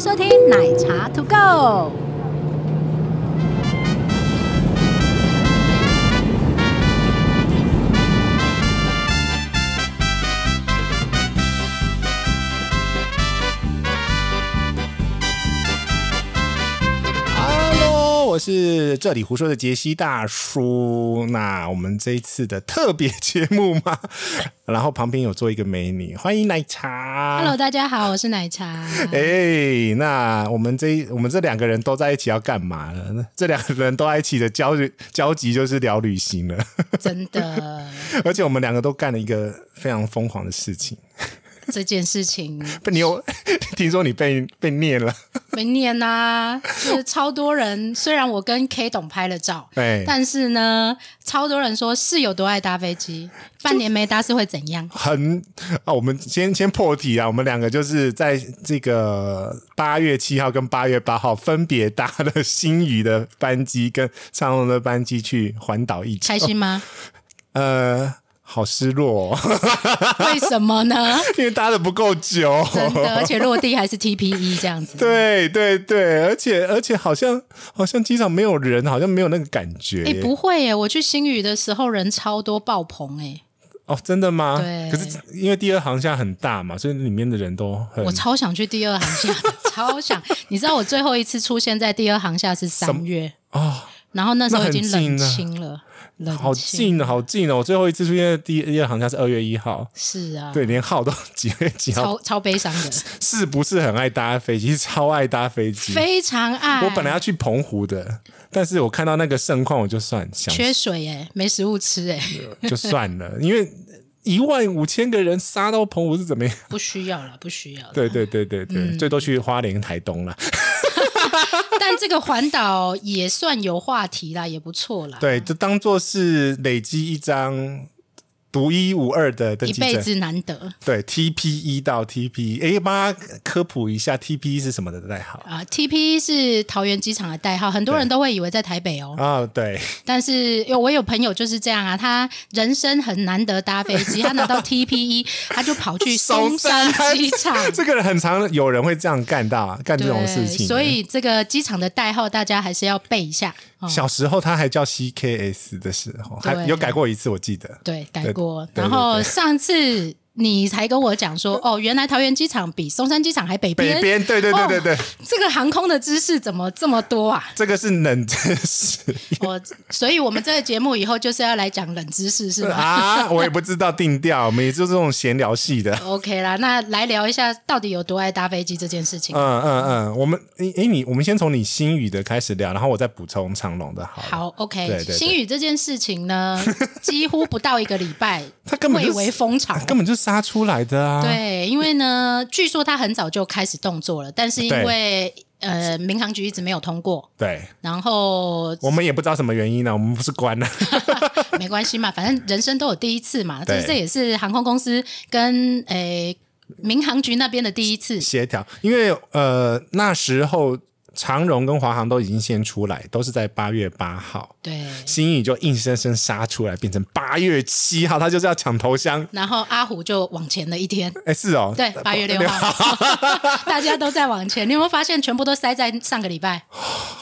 收听奶茶 To Go。 Hello，我是这里胡说的杰西大叔。那我们这一次的特别节目嘛， 然后旁边有做一个美女，欢迎奶茶。 Hello，大家好，我是奶茶。哎、那我们这一我们这两个人都在一起要干嘛呢？这两个人都在一起的交交集就是聊旅行了， 真的，而且我们两个都干了一个非常疯狂的事情。这件事情被你有 听说你被被念了，没念呐、就是超多人。虽然我跟 K 董拍了照，哎，但是呢，超多人说是有多爱搭飞机，半年没搭是会怎 样？很啊，我们先先破题啊，我们两个就是在这个八月七号跟八月八号分别搭了新宇的班机跟长荣的班机去环岛一 周开，心吗？呃，好失 落、哦，为什么 呢？因为搭的不够久。真的，而且落地还是 TPE 这样子。对对对，而且而且好像好像机场没有人，好像没有那个感觉哎、耶。不会耶！我去新宇的时候人超多，爆棚哎、哦，真的吗？对可是因为第二航厦很大嘛，所以里面的人都很我超想去第二航厦的， 超想。你知道我最后一次出现在第二航厦是三月，哦，然后那时候那已很经冷近啊清了，冷好近哦，好近哦！我最后一次出现在第一二航厦是二月一号，是啊，对，连号都 几月几号，超超悲伤的，是不是很爱搭飞机？ 超爱搭飞机。非常爱。我本来要去澎湖的，但是我看到那个盛况，我就算想缺水哎、没食物吃哎、就算了，因为一万五千个人杀到澎湖是怎么样？ 不需要了，不需要了。对对对对对，嗯最多去花莲、台东了。但这个环岛也算有话题啦，也不错啦。对，就当做是累积一张独一无二的登一记辈证。子难得对，TPE 到 TPE，哎，帮他科普一下 TPE 是什么的代号啊、t p 是桃园机场的代号，很多人都会以为在台北哦。啊、对，但是有我有朋友就是这样啊，他人生很难得搭飞机，他拿 到 TPE，他就跑去松山机场。这个人很常有人会这样干到干 这种事情，嗯所以这个机场的代号大家还是要背一下。哦、小时候他还叫 CKS 的时候，还对有改过一次，我记得。对，改对过。对然后上次你才跟我讲 说，哦，原来桃园机场比松山机场还北边。哦北边，对对对对对，这个航空的知识怎么这么多 啊？这个是冷知识 我，所以我们这个节目以后就是要来讲冷知识，是 吗、啊，我也不知道定调，我们也就这种闲聊系的。 o k 啦，那来聊一下到底有多爱搭飞机这件事情。嗯嗯嗯，我们诶诶，你我们先从你新语的开始聊，然后我再补充长龙的好了。好，OK，对对对新宇这件事情 呢，几乎不到一个礼拜，他根本蔚就为是风潮。根本就杀出来的啊！，对，因为呢，据说他很早就开始动作了，但是因对为呃，民航局一直没有通过，对，然后我们也不知道什么原因呢、我们不是啊关了，没关系嘛，反正人生都有第一次嘛，这对这也是航空公司跟诶、民航局那边的第一次。协调，因为呃那时候长荣跟华航都已经先出来，都是在八月八号，对，新宇就硬生生杀出来，变成八月七号，他就是要抢头香。然后阿虎就往前了一天，哎，是哦，对，八月六号， 大家都在往前。你有没有发现全部都塞在上个礼拜？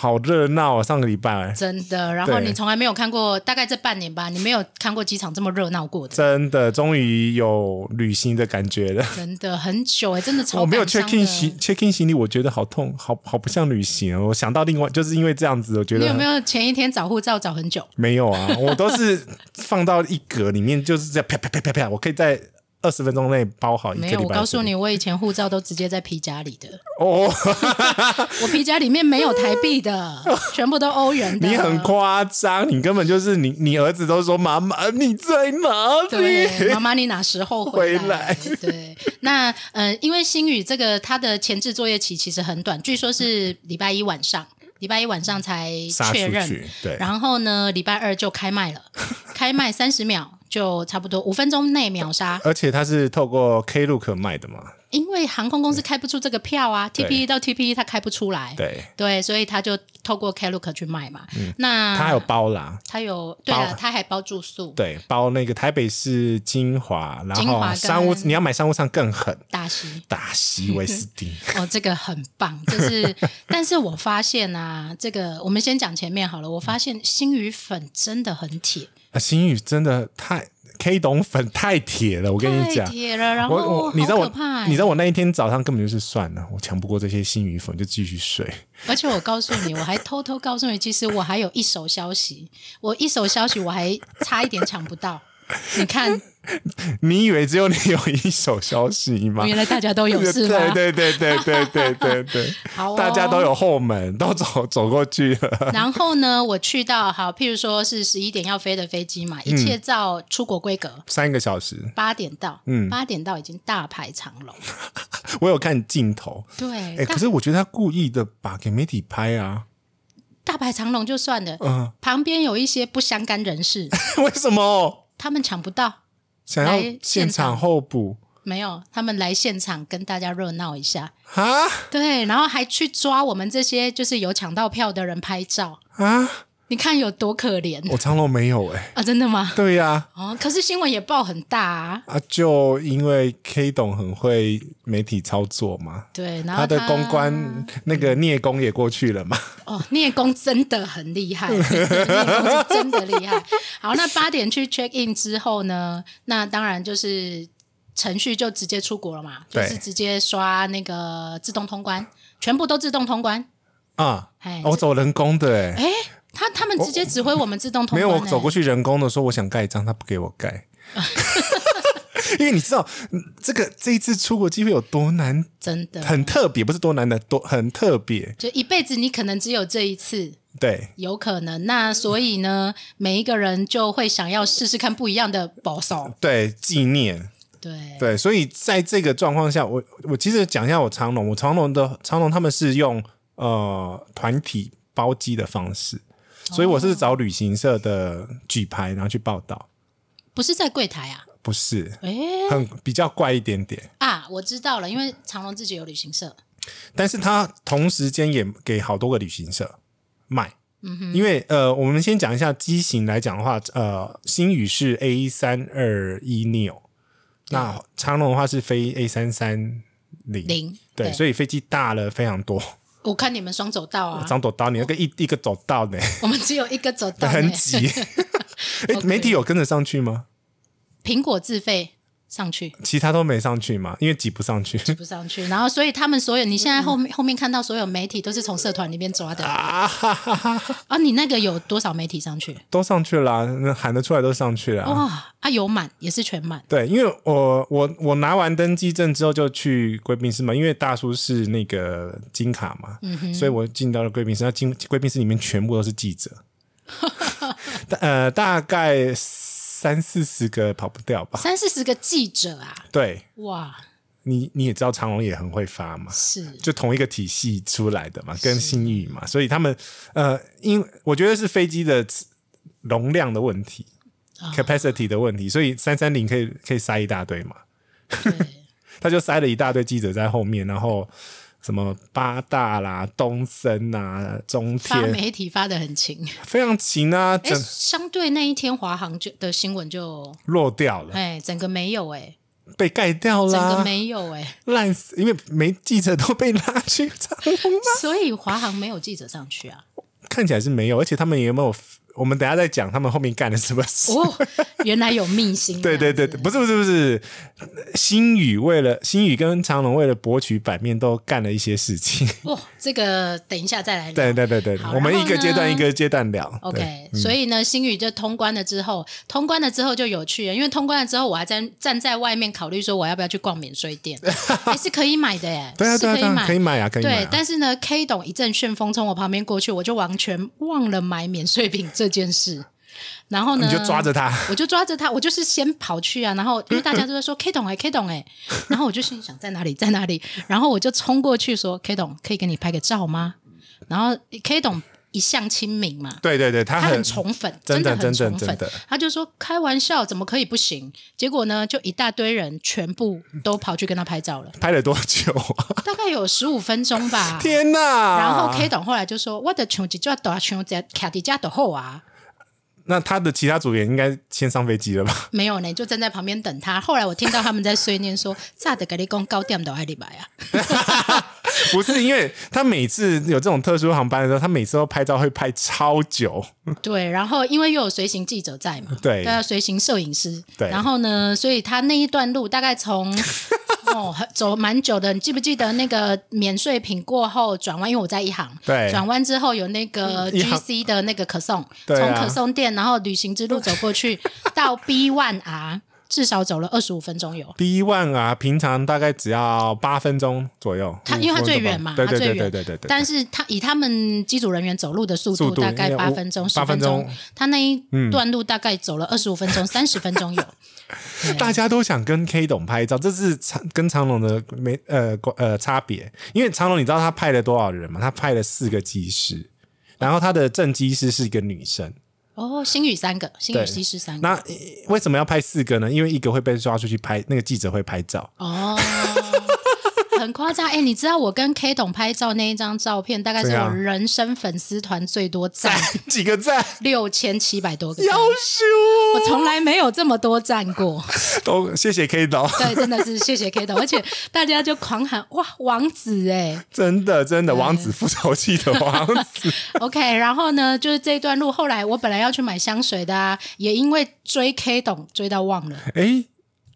好热闹啊！上个礼拜真的。然后对你从来没有看过，大概这半年吧，你没有看过机场这么热闹过的，真的终于有旅行的感觉了。真的很久哎、真的超我没有感伤 check in 的行 check in 行李，我觉得好痛，好好不像旅行哦。我想到另外，就是因为这样子，我觉你得有很没有前一天找护照找很久？没有啊，我都是放到一格里面，就是这样啪啪啪啪啪，我可以在二十分钟内包好一个没礼拜有，的。我告诉你，我以前护照都直接在皮夹里的，哦， 我皮夹里面没有台币 的，全部都欧元的。你很夸张，你根本就是你，你儿子都说妈妈你在哪里？对，妈妈，你哪时候回回来对，那呃，因为星宇这个它的前置作业期其实很短，据说是礼拜一晚上，礼拜一晚上才杀确出认去，，对，然后呢，礼拜二就开卖 了，开卖三十秒就差不多五分钟内秒杀。而且它是透过 Klook 卖的嘛，因为航空公司开不出这个票啊对，TPE 到 TPE 它开不出来，对，对，所以他就透过 Klook 去卖嘛。那它有包啦，他有对包啊，他还包住宿、对，包那个台北市精华，然精华后跟商务你要买商务舱更狠，大西。达西威斯 汀，哦，这个很棒， 就是，但是我发现啊，这个我们先讲前面好了。我发现星宇粉真的很铁，啊，星宇真的太 K 懂粉太铁了，我跟你太讲。铁了。然后我我你知道好我可怕欸、你知道我那一天早上根本就是算了，我抢不过这些星宇粉，就继续睡。而且我告诉你，我还偷偷告诉你，其实我还有一手消息，我一手消息我还差一点抢不到。你看， 你以为只有你有一手消息吗？原来大家都 有是吗？对对对对对对 对对，好哦大家都有后门，都走走过去了。然后呢，我去到好，譬如说是十一点要飞的飞机嘛，嗯一切照出国规格，三个小时，八点到，嗯八点到已经大排长龙，我有看镜头，对，哎、大可是我觉得他故意的把给媒体拍啊， 大排长龙就算了，嗯、旁边有一些不相干人士，为什么他们抢不到，想要来现现场场候补没有，他们来现场跟大家热闹一下，啊对，然后还去抓我们这些就是有抢到票的人拍照，啊？你看有多可怜我长隆没有哎、啊！真的吗？对呀、哦，可是新闻也报很大啊，啊，就因为 K 董很会媒体操作嘛，对，然后嗯他的公关那个聂工也过去了嘛，哦，聂工真的很厉害， 聂工是真的厉害。好，那八点去 check in 之后呢，那当然就是程序就直接出国了嘛，就对是直接刷那个自动通关，全部都自动通关。啊，哎，我走人工的哎、哎、他他们直接指挥我们自动通没关、有，欸，我走过去人工的说我想盖章，他不给我 盖。因为你知道嗯这个这一次出国机会有多难，真的，很特别，不是多难的，多很特别。就一辈子你可能只有这一次。对，有可能，那所以呢，每一个人就会想要试试看不一样的保守，对，纪念，对，对，所以在这个状况下，我我其实讲一下我长隆，我长隆的长隆他们是用呃团体包机的方式，所以我哦是找旅行社的举牌然后去报道，不是在柜台啊，不是哎、很比较怪一点点，啊，我知道了，因为长隆自己有旅行社，但是他同时间也给好多个旅行社卖。嗯、因为呃，我们先讲一下机型来讲的话，呃，星宇是 A 三二一 neo，那长隆的话是飞 A 三三零零对，所以飞机大了非常多，我看你们双走道啊，张朵刀，你那个一一个走道呢， 我们只有一个走道、 欸，很挤。哎，媒体有跟着上去吗？苹果自费上去其他都没上去嘛，因为挤不上去 不上去，然后所以他们所有你现在后面、后面看到所有媒体都是从社团里面抓的啊嗯啊，哈哈哈哈你那个有多少媒体上去？都上去了啊、那喊得出来都上去了啊、哇啊，有满也是全满，对，因为我我我拿完登机证之后就去贵宾室嘛，因为大叔是那个金卡嘛，所以我进到了贵宾室。那金贵宾室里面全部都是记者，大呃，大概三四十个跑不掉吧。三四十个记者啊，对，哇，你你也知道长隆也很会发嘛，是就同一个体系出来的嘛，跟新宇嘛，所以他们呃，因我觉得是飞机的容量的问题、啊 c a p a c i t y 的问题，所以三三零可以可以塞一大堆嘛，对， 他就塞了一大堆记者在后面，然后什么八大啦、东森啊、中发天媒体发的很勤，非常勤啊，哎、整相对那一天华航就的新闻就落掉了，哎、整个没有哎、被盖掉整个啦，没有哎、烂死，因为没记者都被拉去 长隆所以华航没有记者上去 啊。看起来是没有，而且他们有没有？我们等一下再讲他们后面干了什么事。哦，原来有秘辛。对对对，这对样子，不是不是不是，新宇为了新宇跟长隆为了博取版面，都干了一些事 情。哇、哦这个等一下再来聊。对对对对，好我们然一后个阶段呢一个阶段聊。对嗯 OK，、所以呢，星宇就通关了之后，通关了之后就有趣了，因为通关了之后，我还在站在外面考虑说我要不要去逛免税 店，还是可以买的耶，对啊对是啊对可以啊，买，可以买啊，可以买对啊。，但是呢，K 董一阵旋风从我旁边过去，我就完全忘了买免税品这件 事。然后呢，啊你就抓着它，我就抓着他，我就是先跑去啊，然后因为大家都在说 K 董哎、K 董 哎、然后我就心里想在哪里在哪里，然后我就冲过去说 K 董可以跟你拍个照吗？然后 K 董一向亲民嘛， 对对对，他他很很宠粉，真的的很真的宠真粉的。他就说开玩笑，怎么可以不行？结果呢，就一大堆人全部都跑去跟他拍照了，拍了多 久啊？。大概有十五分钟吧 天哪！然后 K 董后来就说：“我的穷极就要啊打穷在卡迪加的后啊，那他的其他组员应该先上飞机了吧？ 没有呢，就站在旁边等他。”后来我听到他们在碎念说：“ 咋的，跟你讲高点都爱礼拜啊不是，因为他每次有这种特殊航班的时候，他每次都拍照会拍超久。！” 对，然后因为又有随行记者在嘛，对对啊，随行摄影师。对然后呢，所以他那一段路大概从 哦很走蛮久的，你记不记得那个免税品过后转弯？因为我在一行，对转弯之后有那个嗯一行 GC 的那个可颂，对啊从可颂店，然后旅行之路走过去到 B One R，至少走了二十五分钟有。 B one 啊，平常大概只要八分钟左右。它嗯因为它说得最吧远嘛，对它对最对远，对对对对。但是他以他们机组人员走路的速速度度大概应该八五分钟、十八分钟钟，嗯他那一段路大概走了二十五分钟、三十分钟 有。对大家都想跟 K 董拍照，这是长跟长龙的没呃关呃差别。因为长龙你知道他派了多少人吗？他派了四个技师，然后他的正技师是一个女生。哦，星宇三个，星对宇西施三个。那呃为什么要派四个呢？因为一个会被抓出去拍，那个记者会拍照。哦，很夸张。哎、你知道我跟 K 董拍照那一张照片，大概是怎我样人生粉丝团最多赞，几个赞，六千七百多个赞要。羞我从来没有这么多赞过，都谢谢 K 导，对，真的是谢谢 K 董，而且大家就狂喊哇王子哎、真的真的王子复仇记的王子， OK，然后呢，就是这一段路，后来我本来要去买香水的、啊，也因为追 K 董追到忘 了，哎。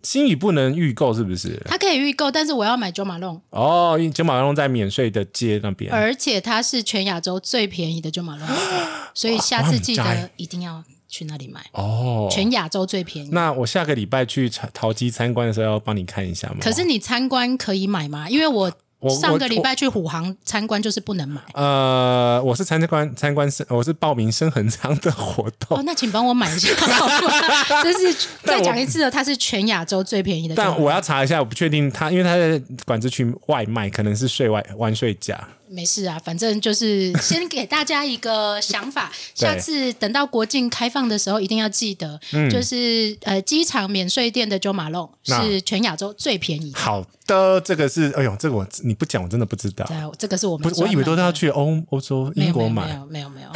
星宇不能预购是不是？它可以预购，但是我要买 Jo Malone，哦，因为九马龙在免税的街那边，而且它是全亚洲最便宜的 Jo Malone，所以下次记哇很得一定要去那里买，哦，全亚洲最便宜。那我下个礼拜去陶陶机参观的时候，要帮你看一下吗？可是你参观可以买吗？因为我我上个礼拜去虎航参观就是不能买。呃，我是参观参观生，我是报名生恒昌的活动，哦，那请帮我买一下好吗？ 这是 但再我讲一次哦了，它是全亚洲最便宜的 Jo Malone。但我要查一下，我不确定他，因为他在管制区外卖，可能是税外完税价。没事啊，反正 就是先给大家一个想法，对嗯下次等到国境开放的时候，一定要记得，就是呃，机场免税店的 Jo Malone 那是全亚洲最便宜的。好的，这个是，哎呦，这个我你不讲我真的不知道对，啊，这个是我们不是，我以为都是要去欧欧洲专门的。没英有国没买，有没有 没有，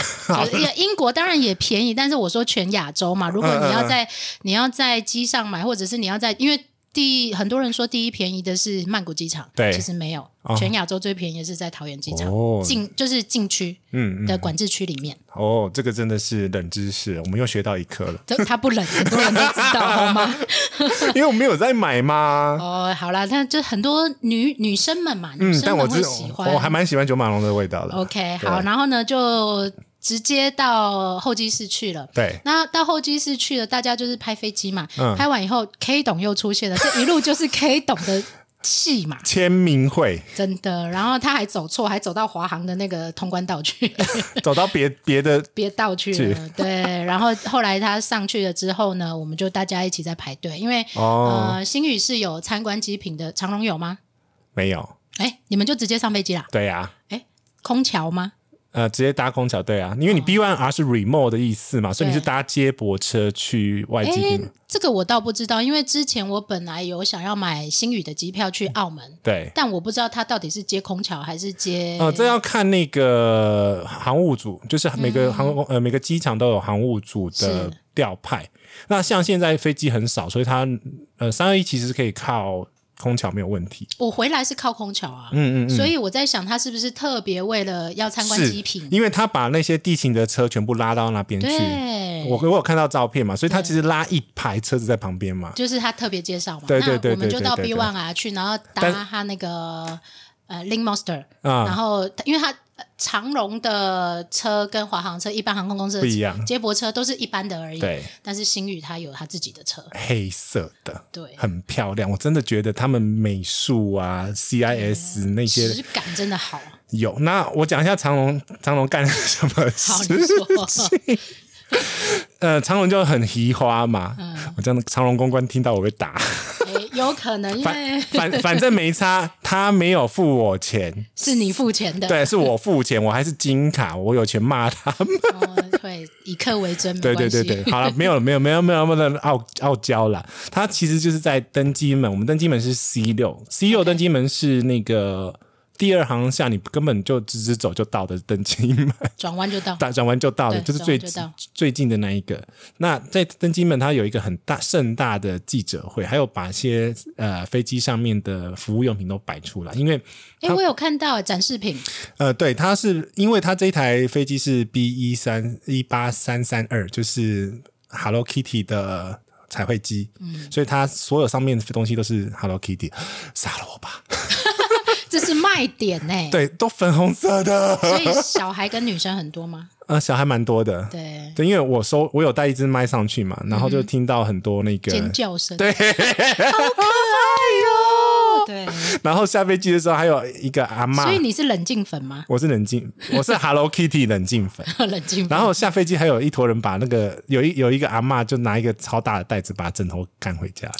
就是也英国当然也便宜，但是我说全亚洲嘛，如果嗯嗯你要在你要在机上买，或者是你要在，因为第很多人说第一便宜的是曼谷机场，对其实没有哦，全亚洲最便宜的是在桃园机场哦禁就是禁区嗯嗯，的管制区里面。，哦，这个真的是冷知识，我们又学到一课了 这他不冷，很多人都知道，好 吗？因为我没有在买嘛。哦，好啦，那就很多女女生们嘛，女嗯，生但我们会知喜欢。我还蛮喜欢九马龙的味道的。 OK，对好，然后呢，就直接到候机室去了。对，那到候机室去了，大家就是拍飞机嘛。嗯拍完以后，K 董又出现了，这一路就是 K 董的戏嘛， 签名会真的。然后他还走错，还走到华航的那个通关道去。 走到别别的别道去了，对。然后后来他上去了之后呢，我们就大家一起在排队，因为、哦呃，新宇是有参观机品的，长荣有吗？没有，哎，你们就直接上飞机啦？对啊，哎，空桥吗？呃，直接搭空桥，对啊，因为你 B one R 是 remote 的意思嘛，所以你是对搭接驳车去外哎基地，，这个我倒不知道，因为之前我本来有想要买新宇的机票去澳门，对。但我不知道他到底是接空桥还是接呃，这要看那个航务组，就是每个航空、呃每个机场都有航务组的是调派。那像现在飞机很少，所以它呃三二一其实可以靠空桥没有问题。我回来是靠空桥啊，嗯嗯嗯，所以我在想他是不是特别为了要参观是机品，因为他把那些地勤的车全部拉到那边去。对，我我有看到照片嘛，所以他其实拉一排车子在旁边嘛。就是他特别介绍嘛。对对对那我们对就对到对 B 对 One 啊去，然后搭但他那个呃 Link Monster，、啊然后因为他呃长荣的车跟华航车、一般航空公司的不一样接驳车都是一般的而已。对，但是星宇他有他自己的车，黑色的，对很漂亮。我真的觉得他们美术啊、CIS 啊那些质感真的 好。有。那我讲一下长隆，长隆干了什么好，事？你 说嗯呃，长隆就很移花嘛。我这样，长隆公关听到我被打。哎有可能因反为反反正没差，他没有付我钱，是你付钱的，对，是我付钱，我还是金卡，我有权骂他们。哦，会以客为尊，没对对关对系对，好了，没有了没有没有没有那么的傲傲娇啦。他其实就是在登机门，我们登机门是 C 六，C 六登机门是那个第二航向，你根本就直直走就到的登机 门。转弯就到，打转弯就到了，对就是最转弯就到最近的那一个。那在登机门，它有一个很大盛大的记者会，还有把一些呃飞机上面的服务用品都摆出来，因为哎，我有看到展示品，呃，对，它是因为它这一台飞机是 B 一三一八三三二，就是 Hello Kitty 的。彩绘机，嗯所以它所有上面的东西都是 Hello Kitty，杀了我吧！这是卖点 呢。对，都粉红色的，所以小孩跟女生很多吗？呃，小孩蛮多的，对，嗯对，因为我收我有带一支麦上去嘛，然后就听到很多那个尖 叫哎声， 对，好可爱哟、对，然后下飞机的时候还有一个阿妈所，以你是冷静粉吗？ 我是冷静，我是 Hello Kitty 冷静粉。冷静粉然后下飞机还有一坨人把那个有一有一个阿妈就拿一个超大的袋子把枕头赶回家，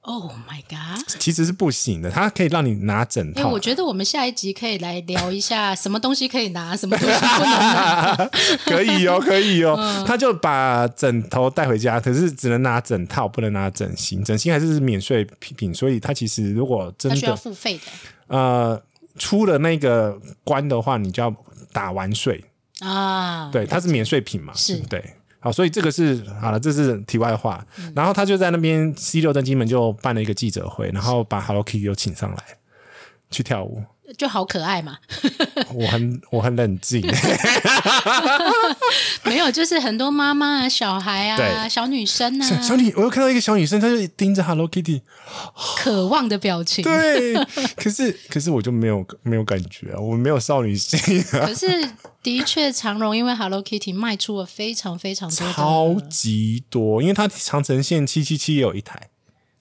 ，Oh my god！其实是不行的，它可以让你拿枕哎、套。我觉得我们下一集可以来聊一下什么东西可以拿，什么东西 不能拿。可以哦，可以哦，他就把枕头带回家，可是只能拿枕套，不能拿枕芯，枕芯还是免税品，所以他其实如果真它需要的付费的呃出了那个关的话，你就要打完税，啊，对，它是免税品嘛，是对。好，所以这个是好了，这是题外话。嗯然后他就在那边 C 六登机门就办了一个记者会，然后把 Hello Kitty 又请上来去跳舞。就好可爱嘛。 我很我很冷静，没有，就是很多妈妈啊、小孩啊、对小女生小啊，小女，我又看到一个小女生，她就盯着 Hello Kitty，渴望的表情。对，啊可是可是我就没有没有感觉啊，我没有少女心 啊，可是的确，长荣因为 Hello Kitty 卖出了非常非常多的。超级多，因为它长城线七七七也有一台，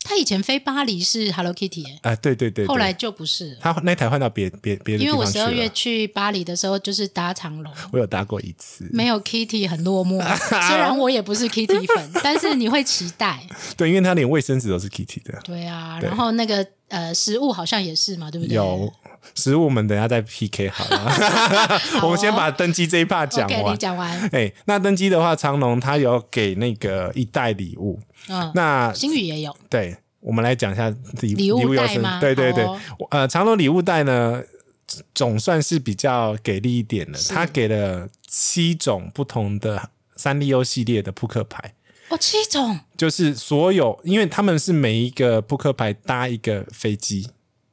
他以前飞巴黎是 Hello Kitty，、欸、哎、对对对对，后来就不是了。他那台换到别别别的因为地我方去十二月了。去巴黎的时候，就是搭长龙，我有搭过一次，没有 Kitty 很落 寞。虽然我也不是 Kitty 粉，但是你会期待。对，因为它连卫生纸都是 Kitty 的。对啊，对然后那个呃，食物好像也是嘛，对不对？有食物，我们等一下再 PK 好 了。我们先把登机这一 part 讲 OK，啊完你。讲完。哎、那登机的话，长龙他有给那个一袋礼物。嗯， 那星宇也有，对，我们来讲一下礼礼物物有袋什么吗对对好对，哦我呃，长龙礼物袋呢，总算是比较给力一点了。他给了七种不同的三丽鸥系列的扑克牌。哦，七种就是所有，因为他们是每一个扑克牌搭一个飞机，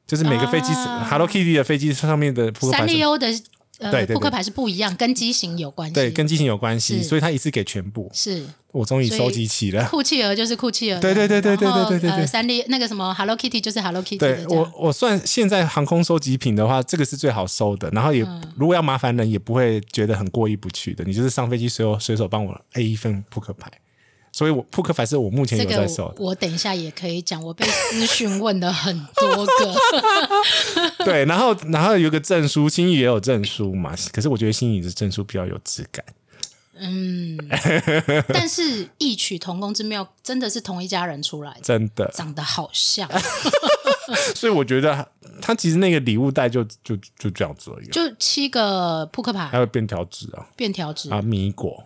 就是每个飞机、啊 Hello Kitty 的飞机上面的扑克三牌丽是，鸥的对呃对对扑克牌是不一样，跟机型有关系。对，跟机型有关系，是所以他一次给全部。 是我终于所以收集齐了。酷企鹅就是酷企鹅的，对对对对对然后对对对对呃三丽那个什么 Hello Kitty 就是 Hello Kitty 的对这我样。，我算现在航空收集品的话，这个是最好收的，然后也、嗯如果要麻烦人，也不会觉得很过意不去的。你就是上飞机随手随手帮我 A 一份扑克牌，所以我扑克牌是我目前这有个在收的我。我等一下也可以讲，我被私讯问了很多个， 对，然后然后有个证书，心宇也有证书嘛，可是我觉得心宇的证书比较有质感。但是异曲同工之妙，真的是同一家人出来的，真的，长得好像，所以我觉得他其实那个礼物袋就就就这样子而已啊，就七个扑克牌还有便条纸啊便条纸，啊米果，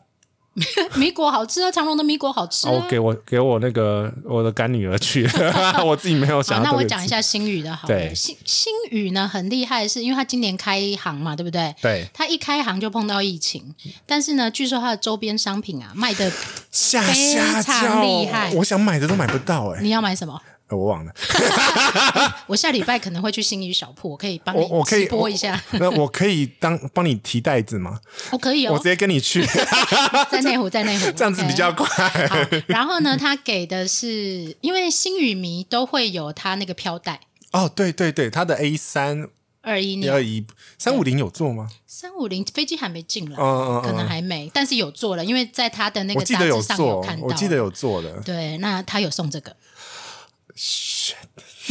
米果好吃啊，长隆的米果好吃哦，啊我。给我给我那个我的干女儿去 了，我自己没有好，想那到我这个讲一字。下星宇的好对了。星星宇呢很厉害，是因为他今年开行嘛，对不对？对，他一开行就碰到疫情，但是呢，据说他的周边商品啊卖 的，下非下常厉叫哦害，嗯我想买的都买不到哎、你要买什么？呃我忘了，我下礼拜可能会去星宇小铺，我可以帮你我我可以直播一下，那我可以当帮你提袋子吗？我可以我哦直，接跟你去， 在内湖，在内湖，这样子比较 OK 快。好。然后呢，他给的是，因为星宇迷都会有他那个飘带哦，对对对，他的 A 三二一幺年一三五零有做吗？三五零飞机还没进来，嗯嗯嗯可能还没，但是有做了，因为在他的那我个记杂得志有上做看，到，我记得有做的。对，那他有送这个，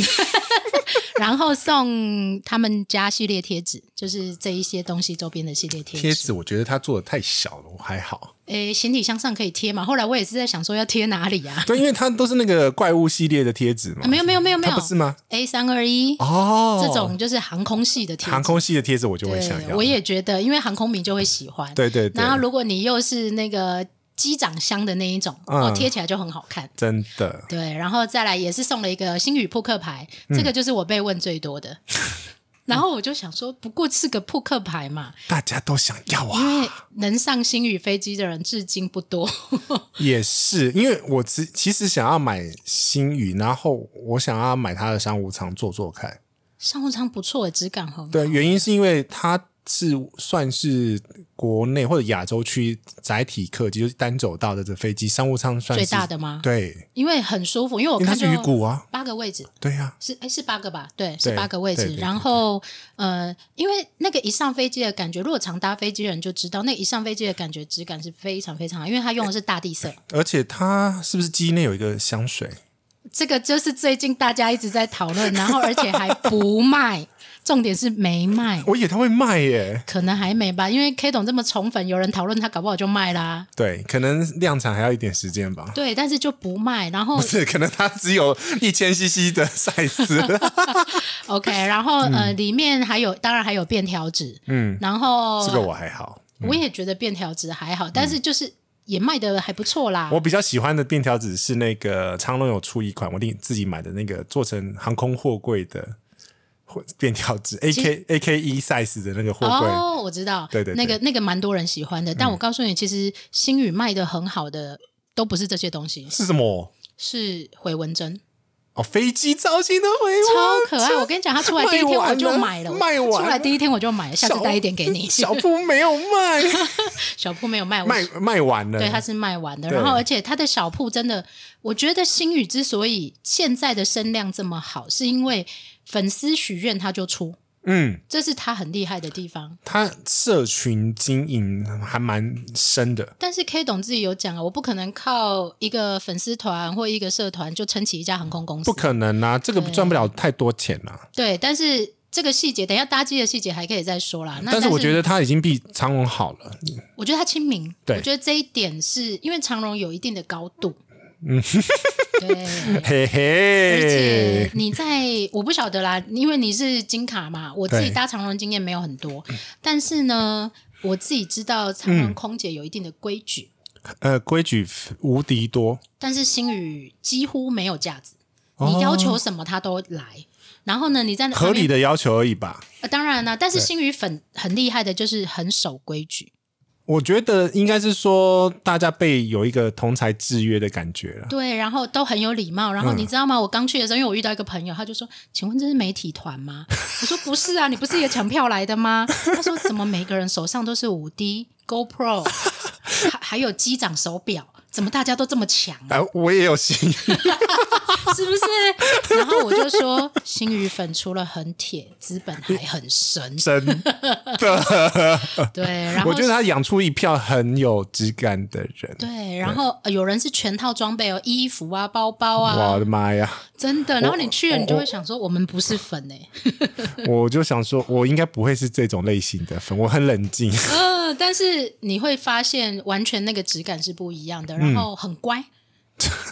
然后送他们家系列贴纸，就是这一些东西周边的系列贴贴纸。纸我觉得他做的太小了，我还好。诶，行李箱上可以贴嘛？后来我也是在想说要贴哪里呀、对，因为它都是那个怪物系列的贴纸嘛。啊？没有没有没有没它有不是吗？ ，A 三二一哦，这种就是航空系的贴纸。航空系的贴纸我就会想对，要。我也觉得，因为航空迷就会喜欢。对对对然后如果你又是那个机长箱的那一种，嗯哦，贴起来就很好看。真的，对，然后再来也是送了一个星宇扑克牌，这嗯个就是我被问最多的。 然后我就想说，不过是个扑克牌嘛，大家都想要啊。因为能上星宇飞机的人至今不多。 也是，因为我其其实想要买星宇，然后我想要买它的商务舱做做看。商务舱不错，质感很好。对，原因是因为它是算是国内或者亚洲区载体客机，就是单走道的这飞机，商务舱算最是大的吗？对，因为很舒服，因为我因为它看是鱼就骨啊，八个位置，对呀、是哎是八个吧？对，对是八个位对置。对然后呃，因为那个一上飞机的感觉，如果常搭飞机的人就知道，那一上飞机的感觉质感是非常非常好，因为它用的是大地色。而且它是不是机内有一个香水？这个就是最近大家一直在讨论，然后而且还不卖，重点是没卖，我以为它会卖耶。可能还没吧，因为 K 董这么宠粉，有人讨论他，搞不好就卖啦。对，可能量产还要一点时间吧。 对，但是就不卖，然后不是，可能它只有一千 CC 的 size， OK，然嗯后、呃，里面还有当然还有便条纸，嗯，然后这个我嗯还好。我也觉得便条纸还好，但是就是也卖的还不错啦。我比较喜欢的便条纸是那个长隆有出一款，我另自己买的那个做成航空货柜的货便条纸，A 其 K A K 一 size 的那个货柜。哦，我知道，对对对嗯那个那个蛮多人喜欢的，但我告诉你，其实星宇卖的很好的都不是这些东西，是什么？是回纹针。哦，飞机造型的回纹，超可爱！我跟你讲，他出来第一天我就买了，卖完了出来第一天我就买了，下次带一点给你。小布没有卖，小铺没有卖，我卖卖完了。对，它是卖完的。对然后，而且它的小铺真的，我觉得星宇之所以现在的声量这么好，是因为粉丝许愿他就出，嗯，这是他很厉害的地方。它社群经营还蛮深的。但是 K 董自己有讲啊，我不可能靠一个粉丝团或一个社团就撑起一家航空公司不，可能啊，这个赚不了太多钱啊。对。但是这个细节，等一下搭机的细节还可以再说啦。那但是我是觉得它已经比长隆好了，我觉得他亲民，对我觉得这一点是因为长荣有一定的高度，嗯， 对。嘿嘿。而且你在我不晓得啦，因为你是金卡嘛，我自己对搭长荣经验没有很多，但是呢，我自己知道长荣空姐有一定的规矩，呃，规矩无敌多，但是星宇几乎没有架子，哦你要求什么他都来。然后呢，你在合理的、的要求而已吧。呃当然啦，但是对星宇粉很厉害的，就是很守规矩。我觉得应该是说，大家被有一个同才制约的感觉了。对，然后都很有礼貌。然后嗯你知道吗？我刚去的时候，因为我遇到一个朋友，他就说：“请问这是媒体团吗？”我说：“不是啊，你不是也抢票来的吗？”他说：“怎么每个人手上都是五 D GoPro，还还有机长手表？怎么大家都这么强啊？哎、我也有心， 是不是？”然后我就说：“星宇粉除了很铁，资本还很深。真的，”对，然后我觉得他养出一票很有质感的人。对，然后、呃有人是全套装备哦，衣服啊、包包我啊，的 妈呀！真的。然后你去了，我你就会想说：“我们不是粉哎、我就想说，我应该不会是这种类型的粉，我很冷静。呃，但是你会发现完全那个质感是不一样的，嗯然后很乖，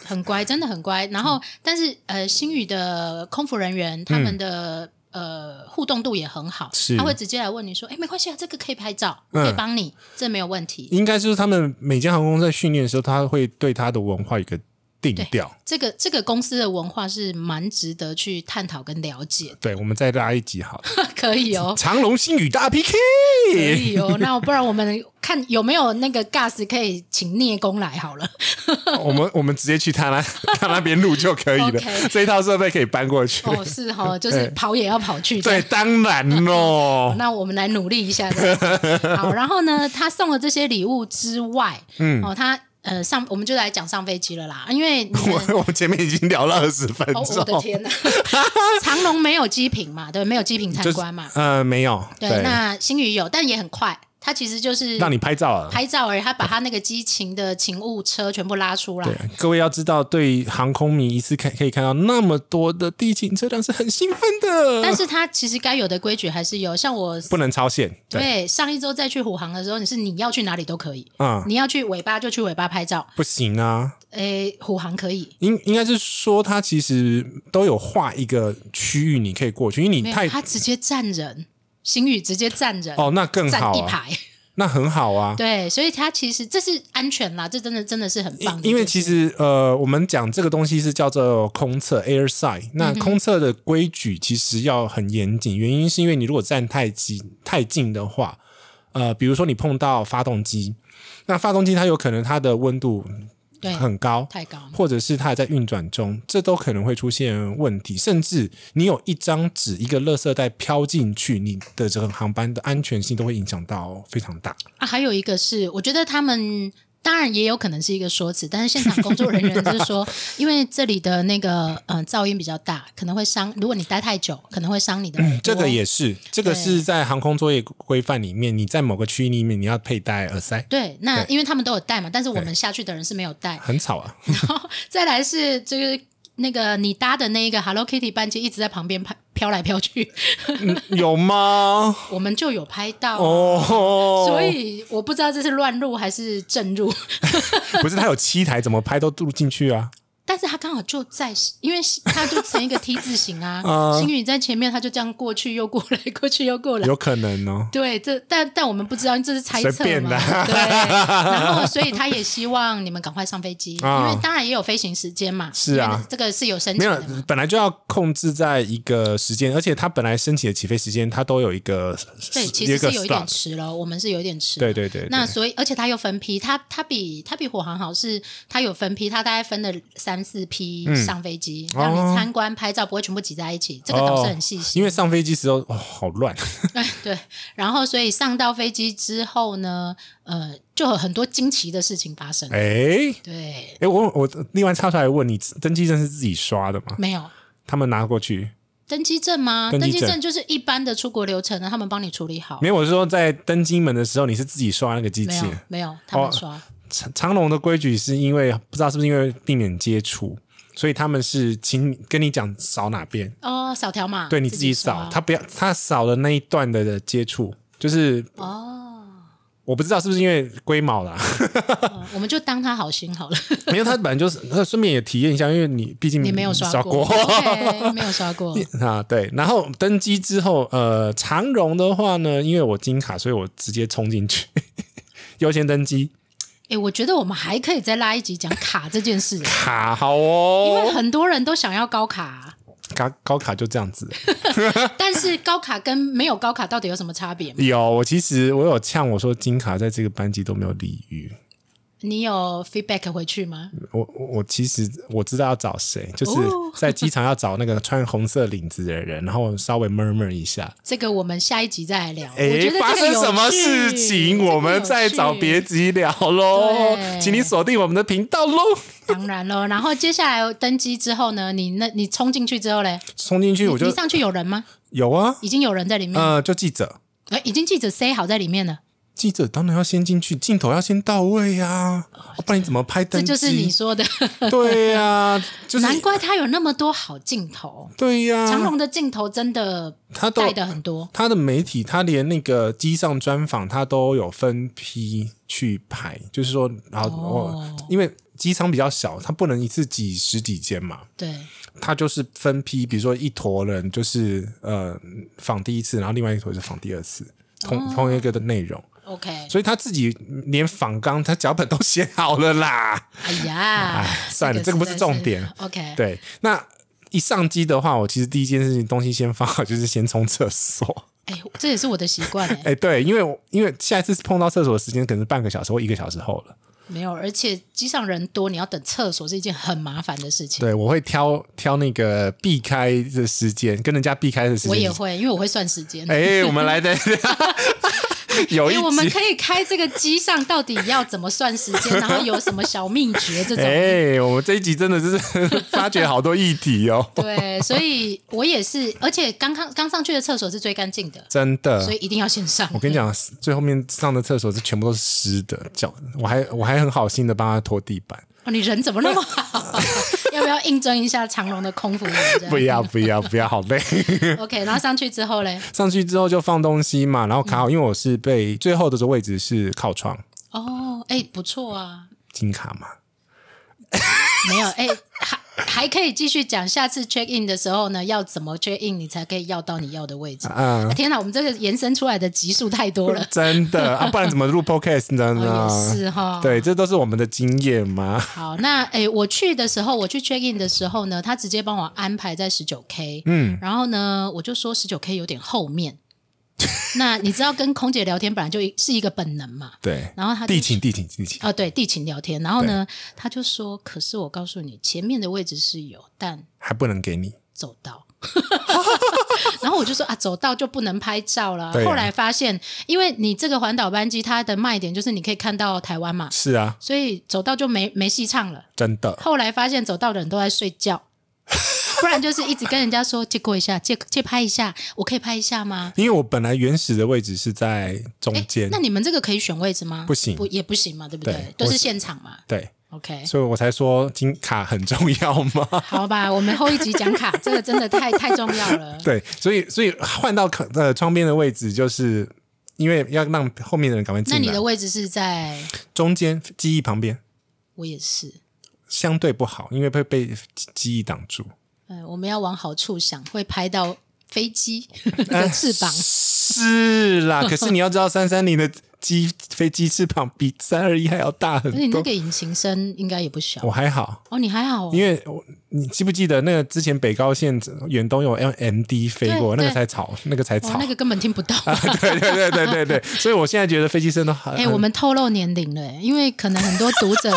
很乖，真的很乖。然 后，但是呃，星宇的空服人员他们的、呃互动度也很好嗯是，他会直接来问你说：“哎，没关系啊，这个可以拍照，嗯可以帮你，这没有问题。”应该就是他们每间航空公司在训练的时候，他会对他的文化有一个定对调。这个这个公司的文化是蛮值得去探讨跟了解，对，我们再拉一 集好了，可以 哦。长隆星宇大 PK。可以哦，那不然我们看有没有那个 gas 可以请聂工来好 了。我们我们直接去 他那他那边录就可以了 OK 这一套设备可以搬过去。哦，是哦，就是跑也要跑去。这样对，当然 喽。那我们来努力一下这样子。好，然后呢，他送了这些礼物之外，嗯，哦，他呃上，我们就来讲上飞机了啦，因为你们。我我前面已经聊了二十分哦，钟，我的天哪！长隆没有机坪嘛，对，没有机坪参观嘛，呃，没有，对，对，那新宇有，但也很快，他其实就是让你拍照啊。拍照而已，他把他那个激情的勤务车全部拉出来对。，各位要知道，对航空迷一次看可以看到那么多的地勤车辆是很兴奋的，但是他其实该有的规矩还是有，像我不能超限。对，对上一周再去虎航的时候，你是你要去哪里都可以，嗯，你要去尾巴就去尾巴拍照，不行啊，诶，虎航可以，应应该是说它其实都有画一个区域你可以过去，因为没你有太他直接站人，星宇直接站人，哦，那更呃站好一啊，排，那很好啊。对，所以他其实这是安全啦，这真的真的是很棒的一件事，因因为其实呃，我们讲这个东西是叫做空测 （air 嗯 side）。那空测的规矩其实要很严谨，原因是因为你如果站太近太近的话，呃，比如说你碰到发动机，那发动机它有可能它的温度对很高，太高了，或者是它在运转中，这都可能会出现问题。甚至你有一张纸、一个垃圾袋飘进去，你的整个航班的安全性都会影响到非常大。啊，还有一个是，我觉得他们当然也有可能是一个说辞，但是现场工作人员就是 说，因为这里的那个嗯、呃噪音比较大，可能会伤，如果你待太久，可能会伤你的耳朵、嗯这个也是，这个是在航空作业规范里面，你在某个区域里面你要佩戴耳塞，对。那对因为他们都有带嘛，但是我们对下去的人是没有带。很吵啊。再来是就是那个你搭的那一个 Hello Kitty 班机一直在旁边拍飘来飘去， 有吗？我们就有拍到。哦，所以我不知道这是乱入还是正入， 不是它有七台，怎么拍都录进去啊？但是他刚好就在，因为他就成一个 T 字形啊， 啊星宇在前面，他就这样过去又过来，过去又过来。有可能哦。对，这但但我们不知道，这是猜测随便嘛的？ 对，然后所以他也希望你们赶快上飞机，啊因为当然也有飞行时间嘛。是啊因为这个是有申没请有的嘛。，本来就要控制在一个时间，而且它本来升起的起飞时间，它都有一个对，其有实一个是有一点 slot，迟了，我们是有一点迟。对对对，那对所以，而且它又分批，它它比它比火航好是，它有分批，它大概分了三四批上飞机，哦让你参观拍照，不会全部挤在一起。这个倒是很细心。因为上飞机时候哦好乱，哎， 对，然后所以上到飞机之后呢，呃，就有很多惊奇的事情发生。哎对，哎，我我另外插出来问你，登机证是自己刷的吗？没有他们拿过去，登机证吗？登登机机证证就是一般的出国流程呢，他们帮你处理好没。有，我是说在登机门的时候，你是自己刷那个机没器有。，没有，他哦们刷、长长龙的规矩是因为不知道是不是因为避免接触，所以他们是请跟你讲扫哪边，哦，扫条码，对你自己扫，刷他不要他扫的那一段的的接触，就是哦、我不知道是不是因为龟毛 啦，嗯我们就当他好心好了。因为他本来就是，那顺便也体验一下，因为你毕竟你没有刷刷过过 OK，没有刷过。啊，对。然后登机之后，呃，长荣的话呢，因为我金卡，所以我直接冲进去， 优先登机哎，我觉得我们还可以再拉一集讲卡这件哦事，卡好因为哦，很多人都想要高卡啊、卡高卡就这样子。但是高卡跟没有高卡到底有什么差别吗？有，我其实我有呛我说金卡在这个班级都没有礼遇。你有 feedback 回去吗？我我我其实我知道要找谁，就是哦在机场要找那个穿红色领子的人，然后稍微 murmur 一下。这个我们下一集再来聊。我诶觉，得发这个生有什么趣事情，我们再找。这个有别趣急聊喽，对请你锁定我们的频道喽。当然喽，然后接下来登机之后呢，你那你冲进去之后嘞，冲进去我你就上去嗯有人吗？有啊，已经有人在里面，呃，就记者，呃，已经记者 say 好在里面了。记者当然要先进去，镜头要先到位呀、啊，不然你怎么拍哦这登机？就是你说的，对呀、就是难怪他有那么多好镜头。对呀、长龙的镜头真的他都带的很多，他的媒体，他连那个机上专访，他都有分批去排，就是说，然后、哦哦、因为机舱比较小，他不能一次挤十几间嘛，对，他就是分批，比如说一坨人就是呃访第一次，然后另外一坨是访第二次，同、同一个的内容， OK，所以他自己连访纲、他脚本都写好了啦。哎呀哎，算了这个不是实在重点。 OK，对，那一上机的话，我其实第一件事情东西先放好，就是先冲厕所。哎，这也是我的习惯哎哎、，对，因为我因为下一次碰到厕所的时间可能是半个小时或一个小时后了。没有，而且机上人多，你要等厕所是一件很麻烦的事情。对，我会挑挑那个避开的时间，跟人家避开的时 间。我也会，因为我会算时间。哎哎、我们来的 有一哎，我们集可，以开这个机上到底要怎么算时 间，然后有什么小秘诀这种。哎，我们这一集真的是 发掘好多议题哦，对，所以我也是，而且刚刚刚上去的厕所是最干净的，真的所。以一定要先上。我跟你讲，最后面上的厕所是全部都是湿的，脚我还我还很好心的帮他拖地板，哦，你人怎么那么好？ 要不要应征一下长隆的空 服员？这样不要不要不要，好累。 OK，然后上去之后嘞，上去之后就放东西嘛，然后卡好，因为我是被最后的位置是靠窗哦，哎，不错啊，金卡嘛，没有，哎，还还可以继续讲，下次 check in 的时候呢，要怎么 check in 你才可以要到你要的位置？嗯。啊天哪，我们这个延伸出来的集数太多 了真的啊，不然怎么录 podcast 呢？哦也是 哈对，这都是我们的经验嘛。好，那诶，我去的时候，我去 check in 的时候呢，他直接帮我安排在十九 K，嗯，然后呢，我就说十九 K 有点后面。那你知道跟空姐聊天本来就是一个本能嘛，对，然后他就地勤地勤地勤，哦，对，地勤聊天，然后呢，他就说：“可是我告诉你，前面的位置是有，但还不能给你。走 道。”然后我就说啊，走道就不能拍照了。对啊后来发现，因为你这个环岛班机，它的卖点就是你可以看到台湾嘛，是啊，所以走道就没没戏唱了。真的。后来发现走道的人都在睡觉，不然就是一直跟人家说借过一下，借借拍一下，我可以拍一下吗？因为我本来原始的位置是在中哎，间那，你们这个可以选位置吗？不行不也不行嘛，对不对对都我是是现场嘛。对， OK，所以我才说金卡很重要 嘛。好吧，我们后一集讲卡，这个真的太太重要 了。对，所以所以换到可呃窗边的位置，就是因为要让后面的人赶快那进你的来，位置是在中间机翼旁边我也是，相对不好，因为会被机翼挡住。嗯，我们要往好处想，会拍到飞 机的翅膀。哎是 啦，可是你要知道，三三零的机飞机翅膀比三二一还要大而且很那多。个引擎声应该也不小我还好，哦，你还好哦因。为我你记不记得那个之前北高线远东有 MD 飞过，对那个才吵，那个才哇，吵。那个根本听不 到。对对对对对对，所以我现在觉得飞机声都 很。哎、我们透露年龄了，因为可能很多读者、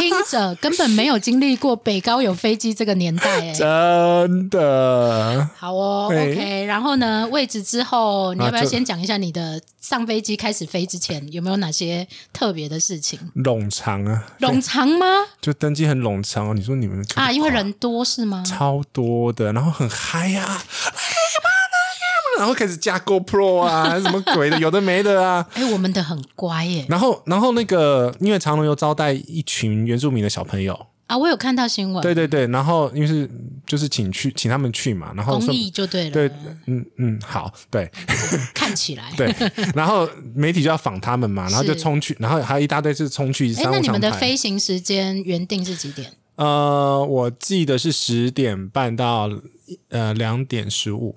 听者根本没有经历过北高有飞机这个年 代。哎，真的好哦对，OK。然后呢，位置之后，你要不啊要这先讲一下你的上飞机开始飞之前有没有哪些特别的事情？冗长啊，冗长吗？就登机很冗长哦。你说你们啊，因为人多是吗？超多的，然后很嗨呀、啊，然后开始加 GoPro 啊，什么鬼的，有的没的啊。哎、我们的很乖耶然后，然后那个，因为长隆有招待一群原住民的小朋友，啊，我有看到新闻，对对对，然后因为是就是请去请他们去嘛，然后公说益就对了，对，嗯嗯，好，对看起来。哎 对，然后媒体就要访他们嘛，然后就是冲去，然后还有一大堆是冲去哎，商那务你舱们的排。飞行时间原定是几点？呃，我记得是十点半到呃两点十五，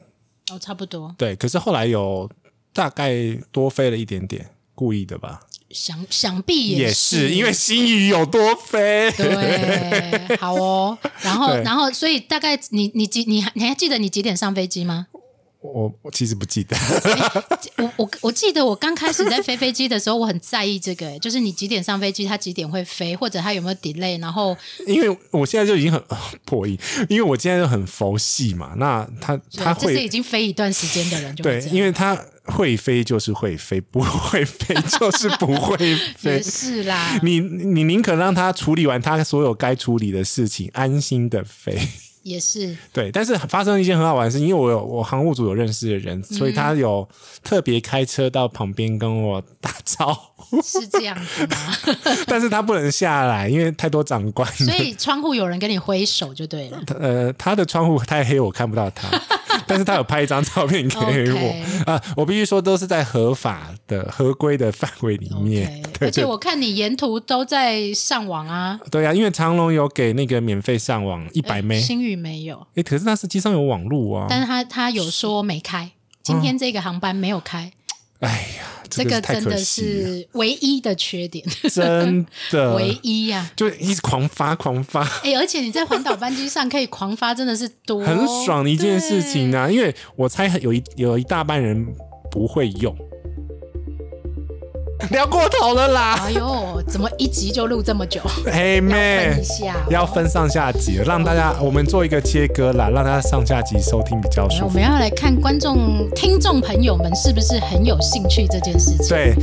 哦，差不多，对，可是后来有大概多飞了一点点，故意的吧？想想必也是是因为新宇有多飞， 对，好哦。然后，对然后，所以大概你你几你还你还记得你几点上飞机吗？我我其实不记得，我我我记得我刚开始在飞飞机的时候，我很在意这个，哎就是你几点上飞机，它几点会飞，或者它有没有 delay，然后因为我现在就已经很、 破音，因为我现在就很佛系嘛。那他他这是已会经飞一段时间的人就会对，这样因为他会飞就是会飞，不会飞就是不会也 飞。是啦， 你你宁可让他处理完他所有该处理的事情，安心的飞。 也是。对，但是发生了一件很好玩的事，因为我有我航务组有认识的人，所以他有嗯特别开车到旁边跟我打招呼， 是这样子吗？但是他不能下来，因为太多长官了所以窗户有人跟你挥手就对了。他呃，他的窗户太黑，我看不到他， 但是他有拍一张照片给我 OK 啊、我必须说都是在合法的合规的范围里面 OK，而且我看你沿途都在上网啊，对啊，因为长隆有给那个免费上网一百枚，新宇没有，哎、可是那是机上有网路啊，但是他他有说没开，今天这个航班没有开，哎呀，这个个是太真可的惜了，呃是唯一的缺点，真 的唯一呀、就一直狂发狂发，啊。哎，而且你在环岛班机上可以狂发，真的是多很爽的一件事情啊！因为我猜有一有一大半人不会用。聊过头了啦。哎呦，怎么一集就录这么久？嘿 妹分一下哦，要分上下集了，让大家我们做一个切割啦，让大家上下集收听比较我舒服们。要来看观众、听众朋友们是不是很有兴趣这件事情。对，